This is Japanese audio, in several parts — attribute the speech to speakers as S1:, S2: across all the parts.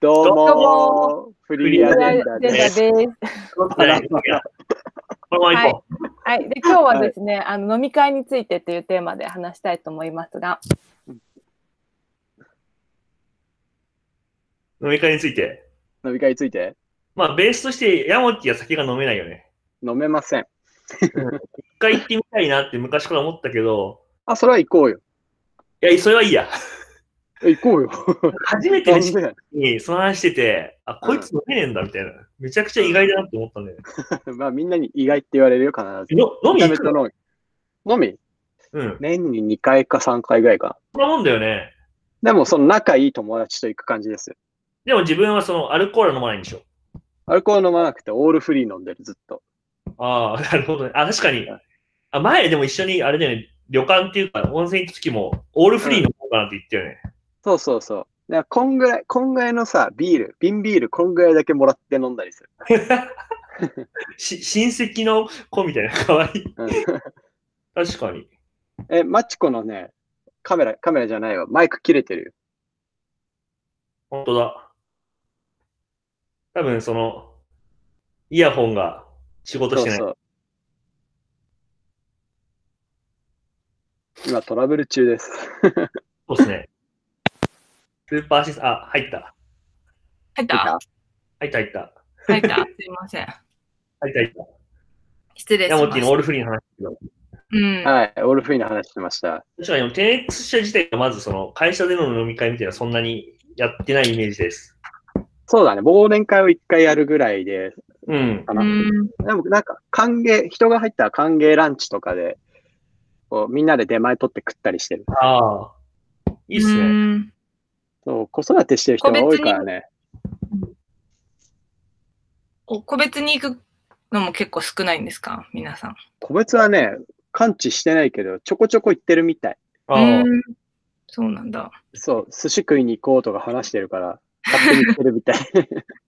S1: どう
S2: どう
S1: もフリーアジ
S2: ジ
S1: ェンダ
S2: ェン
S1: で
S2: ダ
S1: す。
S2: です。
S3: このまま行こう。
S2: はい、で今日はですね、あの飲み会についてというテーマで話したいと思いますが、
S3: 飲み会について。
S1: 飲み会について
S3: まあ、ベースとして、ヤモティは酒が飲めないよね。
S1: 飲めません。
S3: 一回行ってみたいなって昔から思ったけど、
S1: あ、それは行こうよ。
S3: いや、それはいいや。
S1: え行こうよ。
S3: 初めて
S1: な
S3: の
S1: ん
S3: 時
S1: で
S3: にその話してて、あ、こいつ飲めねえんだみたいな。めちゃくちゃ意外だなって思ったんだよね。
S1: まあみんなに意外って言われるよ、必ず。
S3: の飲
S1: め
S3: み行
S1: ちゃめちゃ
S3: く
S1: 飲み。飲み
S3: うん。
S1: 年に2回か3回ぐらいか
S3: そんなもんだよね。
S1: な。でもその仲いい友達と行く感じですよ。
S3: でも自分はそのアルコールは飲まないんでしょ。
S1: アルコール飲まなくてオールフリー飲んでる、ずっと。
S3: あ あ、なるほどね。あ、確かに。あ、前でも一緒に、あれだよね、旅館っていうか、温泉行った時も、オールフリーの方かなって言ったよね。
S1: そうそうそう。だからこんぐらい、こんぐらいのさ、ビール、瓶ビール、こんぐらいだけもらって飲んだりする。
S3: し親戚の子みたいな、可愛い
S1: うん
S3: 確かに。
S1: え、マチコのね、カメラ、カメラじゃないわ。マイク切れてるよ。
S3: 本当だ。多分、その、イヤホンが仕事し
S1: そ
S3: て
S1: う
S3: ない。
S1: そう。今トラブル中です。
S3: そうですね。スーパーシス、あ、入った。
S2: 入った
S3: 入った、入った。
S2: 入ったすいません。
S3: 入った、入った。
S2: 失礼し
S3: ヤ
S2: ま
S3: モ
S2: し
S3: ティの
S2: た。
S3: オールフリーの話だけど。
S2: うん、
S1: はい、オールフリーの話してました。
S3: 確かに、10X 社自体がまず、その、会社での飲み会みたいな、そんなにやってないイメージです。
S1: そうだね、忘年会を一回やるぐらいで、
S3: うん。
S1: か
S2: う
S1: な。
S2: ん、
S1: でもなんか、歓迎、人が入ったら歓迎ランチとかで、こうみんなで出前取って食ったりしてる。
S3: ああ。いいっす
S2: う
S3: ね。
S2: ん
S1: そう、子育てしてる人が多いからね。
S4: お個別に行くのも結構少ないんですか皆さん。
S1: 個別はね、感知してないけど、ちょこちょこ行ってるみたい。
S3: ああ
S4: う。んそうなんだ。
S1: そう、寿司食いに行こうとか話してるから、勝手に行ってるみたい。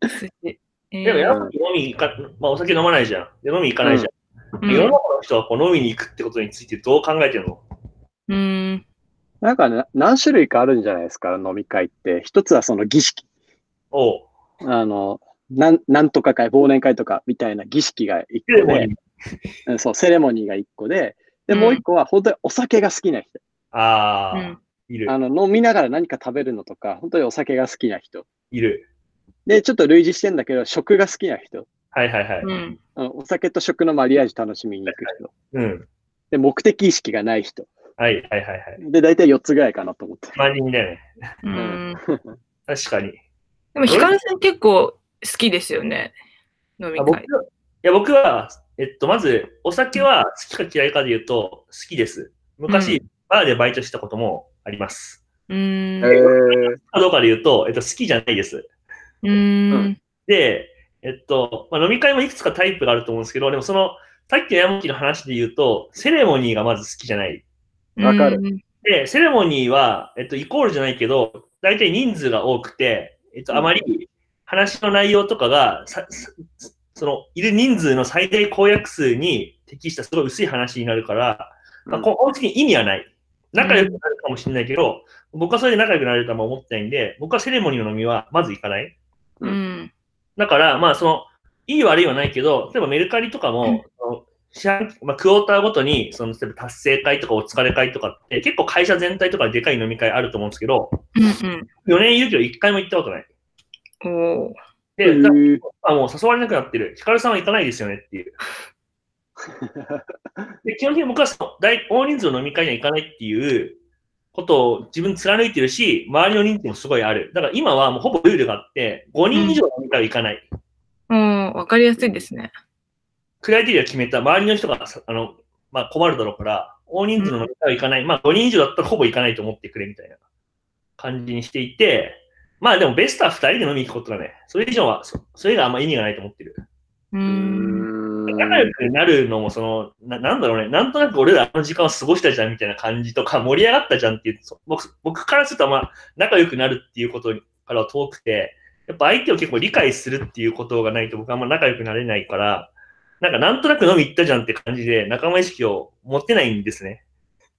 S4: すげえ
S3: でも、
S4: え
S3: やっぱり飲み行か、まあ、お酒飲まないじゃん。で飲み行かないじゃん。
S4: ー
S3: 世の中の人はこう飲みに行くってことについてどう考えてるの
S4: うんうん
S1: なんかな何種類かあるんじゃないですか、飲み会って。一つはその儀式。
S3: おう。
S1: あの、なんなんとか会、忘年会とかみたいな儀式が一
S3: で
S1: 個
S3: も
S1: で、うんそう、セレモニーが一個で、で、もう一個は本当にお酒が好きな人。
S3: あ
S4: う
S3: あ、
S4: ん
S3: いる
S1: あ、の、飲みながら何か食べるのとか、本当にお酒が好きな人。
S3: いる。
S1: で、ちょっと類似してんだけど、食が好きな人。
S3: はいはいはい。
S4: うん
S1: あのお酒と食のマリアージュ楽しみに行く人。
S3: うん。
S1: で、目的意識がない人。
S3: はいはいはいはい。
S1: で、大体4つぐらいかなと思ってる。
S3: 万人だよね。
S4: うん
S3: 確かに。
S4: でも、ヒカルさん結構好きですよね。飲み
S3: あ僕は
S4: 会
S3: い。や、僕は、えっと、まず、お酒は好きか嫌いかで言うと、好きです。昔、バーでバイトしたこともあります。
S4: うん
S3: かどうかで言うと、えっと、好きじゃないです。
S4: うん
S3: で、えっと、まあ、飲み会もいくつかタイプがあると思うんですけど、でもその、さっきの山木の話で言うと、セレモニーがまず好きじゃない。
S1: わかる
S4: うん
S3: で、セレモニーは、えっと、イコールじゃないけど、大体人数が多くて、えっと、あまり話の内容とかが、ささその、いる人数の最大公約数に適したすごい薄い話になるから、まあ、こう、基本的に意味はない。仲良くなるかもしれないけど、僕はそれで仲良くなれるとは思ってないんで、僕はセレモニーの飲みはまず行かない。
S4: うん
S3: だから、まあ、その、いい悪いはないけど、例えばメルカリとかも、
S4: うん
S3: その四半期まあ、クォーターごとに、その、例えば達成会とかお疲れ会とかって、結構会社全体とかででかい飲み会あると思うんですけど、
S4: うん
S3: 4年いるけど1回も行ったことない。
S4: うんおー
S1: へ
S3: で、だか
S1: ー
S3: らもう誘われなくなってる。ヒカルさんは行かないですよねっていう。で基本的に僕はその大大人数の飲み会には行かないっていうことを自分貫いてるし、周りの人数もすごいある。だから今はもうほぼルールがあって、5人以上の飲み会は行かない。
S4: うんわかりやすいですね。
S3: クライテリア決めた周りの人がさあの、まあ、困るだろうから、大人数の飲み会は行かない、まあ5人以上だったらほぼ行かないと思ってくれみたいな感じにしていて、まあでもベストは2人で飲みに行くことだね。それ以上は、そそれがあんま意味がないと思ってる。
S4: う
S1: うーん
S4: ん
S3: 仲良くなるのも、そのな、なんだろうね、なんとなく俺らあの時間を過ごしたじゃんみたいな感じとか、盛り上がったじゃんっていう、そ僕僕からすると、まあ、仲良くなるっていうことからは遠くて、やっぱ相手を結構理解するっていうことがないと、僕はあんま仲良くなれないから、なんかなんとなく飲み行ったじゃんって感じで、仲間意識を持ってないんですね。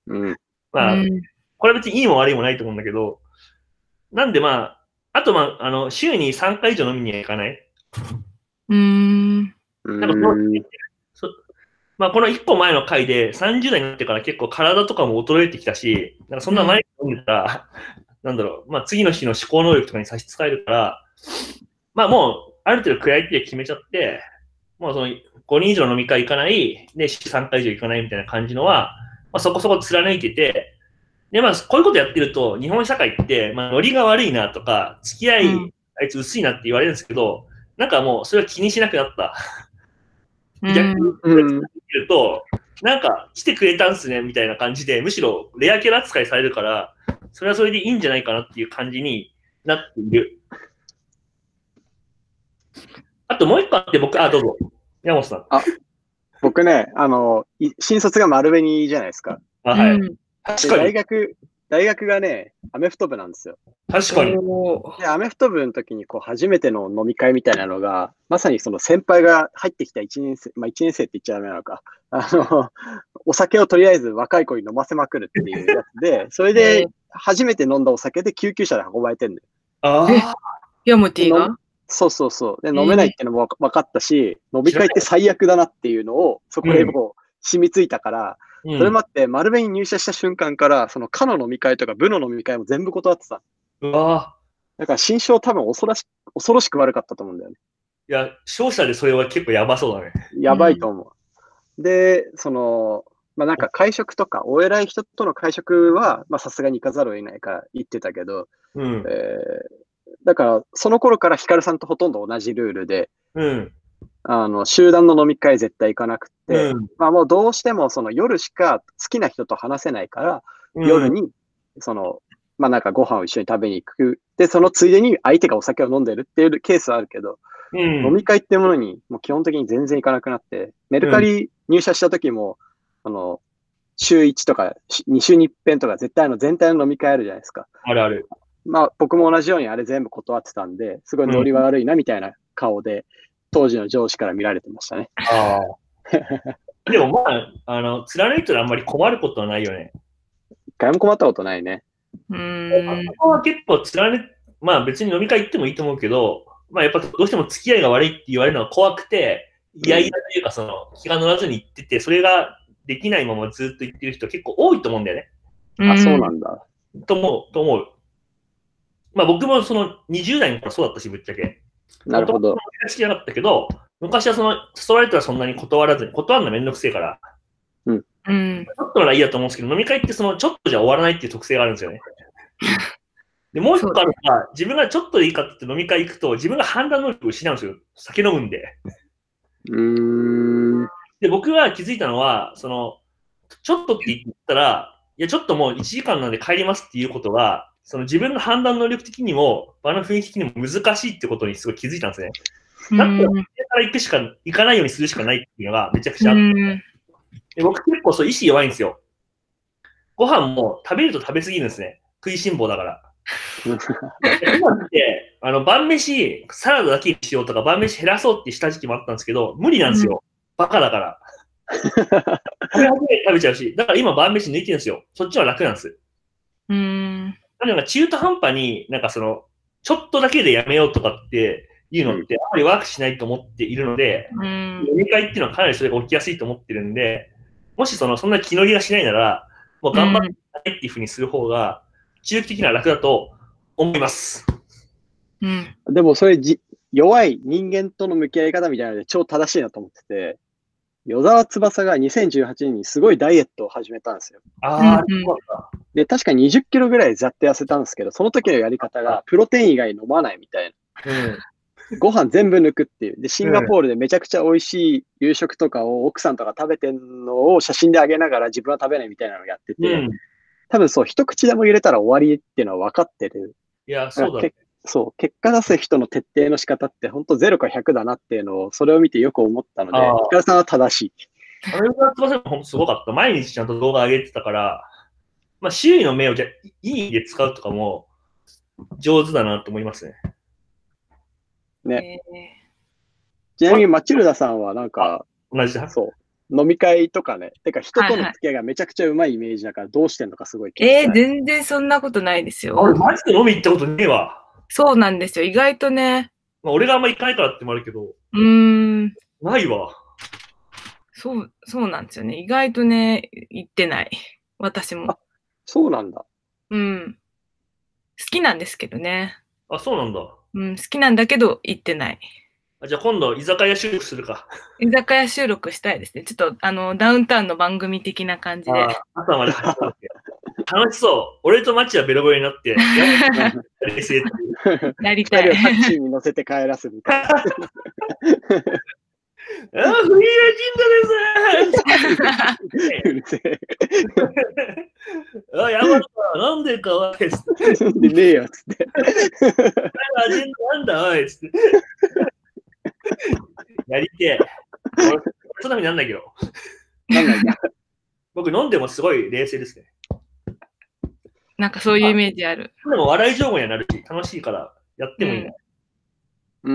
S1: うん
S3: まあ、
S4: うん
S3: これは別にいいも悪いもないと思うんだけど、なんでまあ、あと、まあ、あの、週に3回以上飲みには行かない。
S4: うーん。
S1: う
S3: なんか
S1: ーん。
S3: まあ、この1個前の回で、30代になってから結構体とかも衰えてきたし、なんかそんな毎日飲んでたら、なんだろう、まあ、次の日の思考能力とかに差し支えるから、まあ、もう、ある程度クライテリア決めちゃって、もうその、5人以上飲み会行かない、で、週3回以上行かないみたいな感じのは、まあ、そこそこ貫いてて、で、まあ、こういうことやってると、日本社会って、まあ、ノリが悪いなとか、付き合い、
S4: うん
S3: あいつ薄いなって言われるんですけど、なんかもう、それは気にしなくなった。
S4: うん
S3: 逆に
S1: うん。
S3: 見ると、なんか来てくれたんすねみたいな感じで、むしろレアキャラ扱いされるから、それはそれでいいんじゃないかなっていう感じになっている。あともう一個あって、僕、あ、どうぞ。山本さん。
S1: 僕ね、あの、い新卒が丸紅じゃないですか。
S3: あはい。
S4: うん
S3: 確
S1: で
S3: か
S1: 大
S3: に。
S1: 学、大学がね、アメフト部なんですよ。
S3: 確かに。
S4: おー
S1: で、アメフト部の時に、こう、初めての飲み会みたいなのが、まさにその先輩が入ってきた1年生、まあ1年生って言っちゃダメなのか、あの、 お酒をとりあえず若い子に飲ませまくるっていうやつで、それ
S4: え
S1: で、初めて飲んだお酒で救急車で運ばれてるんだよ。
S3: ああ、
S4: ヤモティが
S1: そうそうそう。で、
S4: ー
S1: 飲めないってのもわか分かったし、飲み会って最悪だなっていうのを、そこでもう、染みついたから、
S3: うん
S1: それもあって、丸紅に入社した瞬間から、その、課の飲み会とか部の飲み会も全部断ってた。
S3: うわ
S1: だから、心象多分恐ろし、恐ろしく悪かったと思うんだよね。
S3: いや、勝者でそれは結構やばそうだね。
S1: やばいと思う。で、その、まあなんか会食とか、お偉い人との会食は、まあさすがに行かざるを得ないから行ってたけど、
S3: うん
S1: え。ーだからその頃からヒカルさんとほとんど同じルールで、
S3: うん。
S1: あの、集団の飲み会絶対行かなく
S3: う
S1: て、
S3: ん。
S1: まあもうどうしてもその夜しか好きな人と話せないから、
S3: うん
S1: 夜に、その、まあなんかご飯を一緒に食べに行く。で、そのついでに相手がお酒を飲んでるっていうケースはあるけど、
S3: うん
S1: 飲み会ってものに、もう基本的に全然行かなくなって、メルカリ入社した時も、あの、週1とかし2週に1遍とか絶対あの全体の飲み会あるじゃないですか。
S3: あるある。
S1: まあ僕も同じようにあれ全部断ってたんで、すごいノリ悪いなみたいな顔で、当時の上司から見られてましたね。
S3: あ あ。でもまあ、あの、貫いたらあんまり困ることはないよね。
S1: 一回も困ったことないね。
S4: うーん
S3: ここは結構貫ね、まあ別に飲み会行ってもいいと思うけど、まあやっぱどうしても付き合いが悪いって言われるのは怖くて、いやいやというかその気が乗らずに行ってて、それができないままずっと行ってる人結構多いと思うんだよね。
S1: あ、そうな
S4: うん
S1: んだ。
S3: と思う、と思う。まあ僕もその20代の頃そうだったし、ぶっちゃけ。
S1: なるほ ど。
S3: 好きじゃなかったけど、昔はその、誘われたらそんなに断らずに、断るのめんどくせえから、
S4: うん。
S3: ちょっとならいいやと思うんですけど、飲み会ってそのちょっとじゃ終わらないっていう特性があるんですよね。で、もう一個あるのが、自分がちょっとでいいかって飲み会行くと、自分が判断能力を失うんですよ。酒飲むんで。
S1: うーん。
S3: で、僕が気づいたのは、その、ちょっとって言ったら、いや、ちょっともう1時間なんで帰りますっていうことが、その自分の判断能力的にも、場の雰囲気的にも難しいってことにすごい気づいたんですね。だってだから行くしか、行かないようにするしかないっていうのがめちゃくちゃあって
S4: うん
S3: で僕結構そう意志弱いんですよ。ご飯も食べると食べ過ぎるんですね。食いしん坊だから。で今って、あの、晩飯、サラダだけにしようとか、晩飯減らそうってした時期もあったんですけど、無理なんですよ。バカだから。食べ始めて食べちゃうし、だから今晩飯抜いてるんですよ。そっちは楽なんです。
S4: うん。
S3: なんか中途半端になんかその、ちょっとだけでやめようとかっていうのって、あまりワークしないと思っているので、
S4: うん
S3: 飲み会っていうのはかなりそれが起きやすいと思ってるんで、もしそのそんな気乗りがしないなら、もう頑張ってないっていうふうにする方が、中期的には楽だと思います。
S4: うん。
S1: でもそれじ、弱い人間との向き合い方みたいなので超正しいなと思ってて、与沢翼が2018年にすごいダイエットを始めたんですよ。
S3: ああ、
S4: うんうん
S3: そうだった
S1: で、確か20キロぐらいざって痩せたんですけど、その時のやり方がプロテイン以外飲まないみたい
S3: うん
S1: な。ご飯全部抜くっていう。で、シンガポールでめちゃくちゃ美味しい夕食とかを奥さんとか食べてんのを写真であげながら自分は食べないみたいなのをやってて、
S3: うん。い
S1: 多分そう、一口でも入れたら終わりっていうのは分かってる。
S3: や、そうだね
S1: け。そう、結果出す人の徹底の仕方って本当ゼロか100だなっていうのを、それを見てよく思ったので、
S3: あー
S1: ヒカルさんは正しい。
S3: あれが翼も本当すごかった。毎日ちゃんと動画上げてたから、まあ、周囲の目をじゃいいい意味で使うとかも、上手だなと思いますね。
S1: ね
S4: え
S1: ちなみにマチルダさんはなんか、
S3: 同じだ。
S1: そう、飲み会とかね、てか人と
S4: はい
S1: の
S4: は
S1: 付き
S4: い
S1: 合いがめちゃくちゃうまいイメージだからどうしてんのかすごい気に
S4: ーえ
S1: な
S4: ー
S1: る
S4: 全然そんなことないですよ。
S3: 俺、マジで飲み行ったことねえわ。
S4: そうなんですよ。意外とね。
S3: まあ、俺があんま行かないからってもあるけど、
S4: うーん。
S3: ないわ。
S4: そう、そうなんですよね。意外とね、行ってない。私も
S1: あ。そうなんだ。
S4: うん。好きなんですけどね。
S3: あ、そうなんだ。
S4: うん、好きなんだけど行ってない。
S3: あじゃあ今度、居酒屋収録するか。
S4: 居酒屋収録したいですね。ちょっと、あの、ダウンタウンの番組的な感じで。
S3: 朝まで話そうって。楽しそう。俺とマッチはベロベロになって、冷静っていう
S4: やりた
S1: 二人をタ
S4: い。
S1: クシーに乗せて帰らすみたいな。
S3: あー、フリーアジンダで
S1: うるせえ。
S3: すあ、やばい。なんでかわいい。
S1: 飲 んでねえよ、つって。
S3: アジェンダなんだおいつって。やりてえ。俺そんなふうになんないけど。
S1: なんなんだ。
S3: 僕飲んでもすごい冷静ですね。
S4: なんかそういうイメージある。
S3: でも笑い情報にはなるし、楽しいからやってもいいね。
S1: うー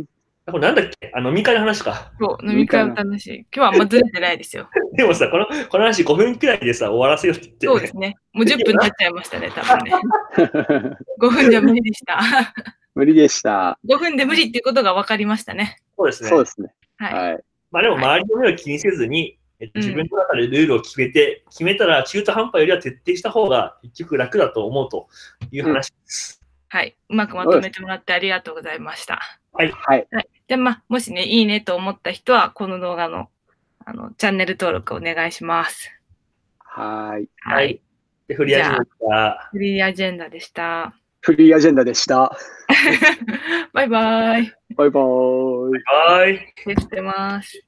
S1: ん。
S3: これなんだっけあの飲み会の話か。
S4: そう、飲み会も楽しい。今日はあんまずれてないですよ。
S3: でもさ、このこの話5分くらいでさ、終わらせようって言って、
S4: そうですね。もう10分経っちゃいましたね、多分ね。5分じゃ無理でした。
S1: 無理でした。
S4: 5分で無理っていうことが分かりましたね。
S3: そうですね
S1: そうですね。
S4: はい。
S1: はい。
S3: まあでも周りの目を気にせずに、えっと、自分の中でルールを決めて、決めたら中途半端よりは徹底した方が結局楽だと思うという話です。
S4: はい。うまくまとめてもらってありがとうございました。
S1: はい。
S4: で、まあ、もしね、いいねと思った人は、この動画の、あの、チャンネル登録お願いします。
S1: はーい。
S4: は
S3: はい
S4: い。
S3: で、振り始めた。
S4: フリーアジェンダでした。
S1: フリーアジェンダでした。
S4: バイバイ。
S1: バイバーイ。
S3: はい。
S4: 失礼してます。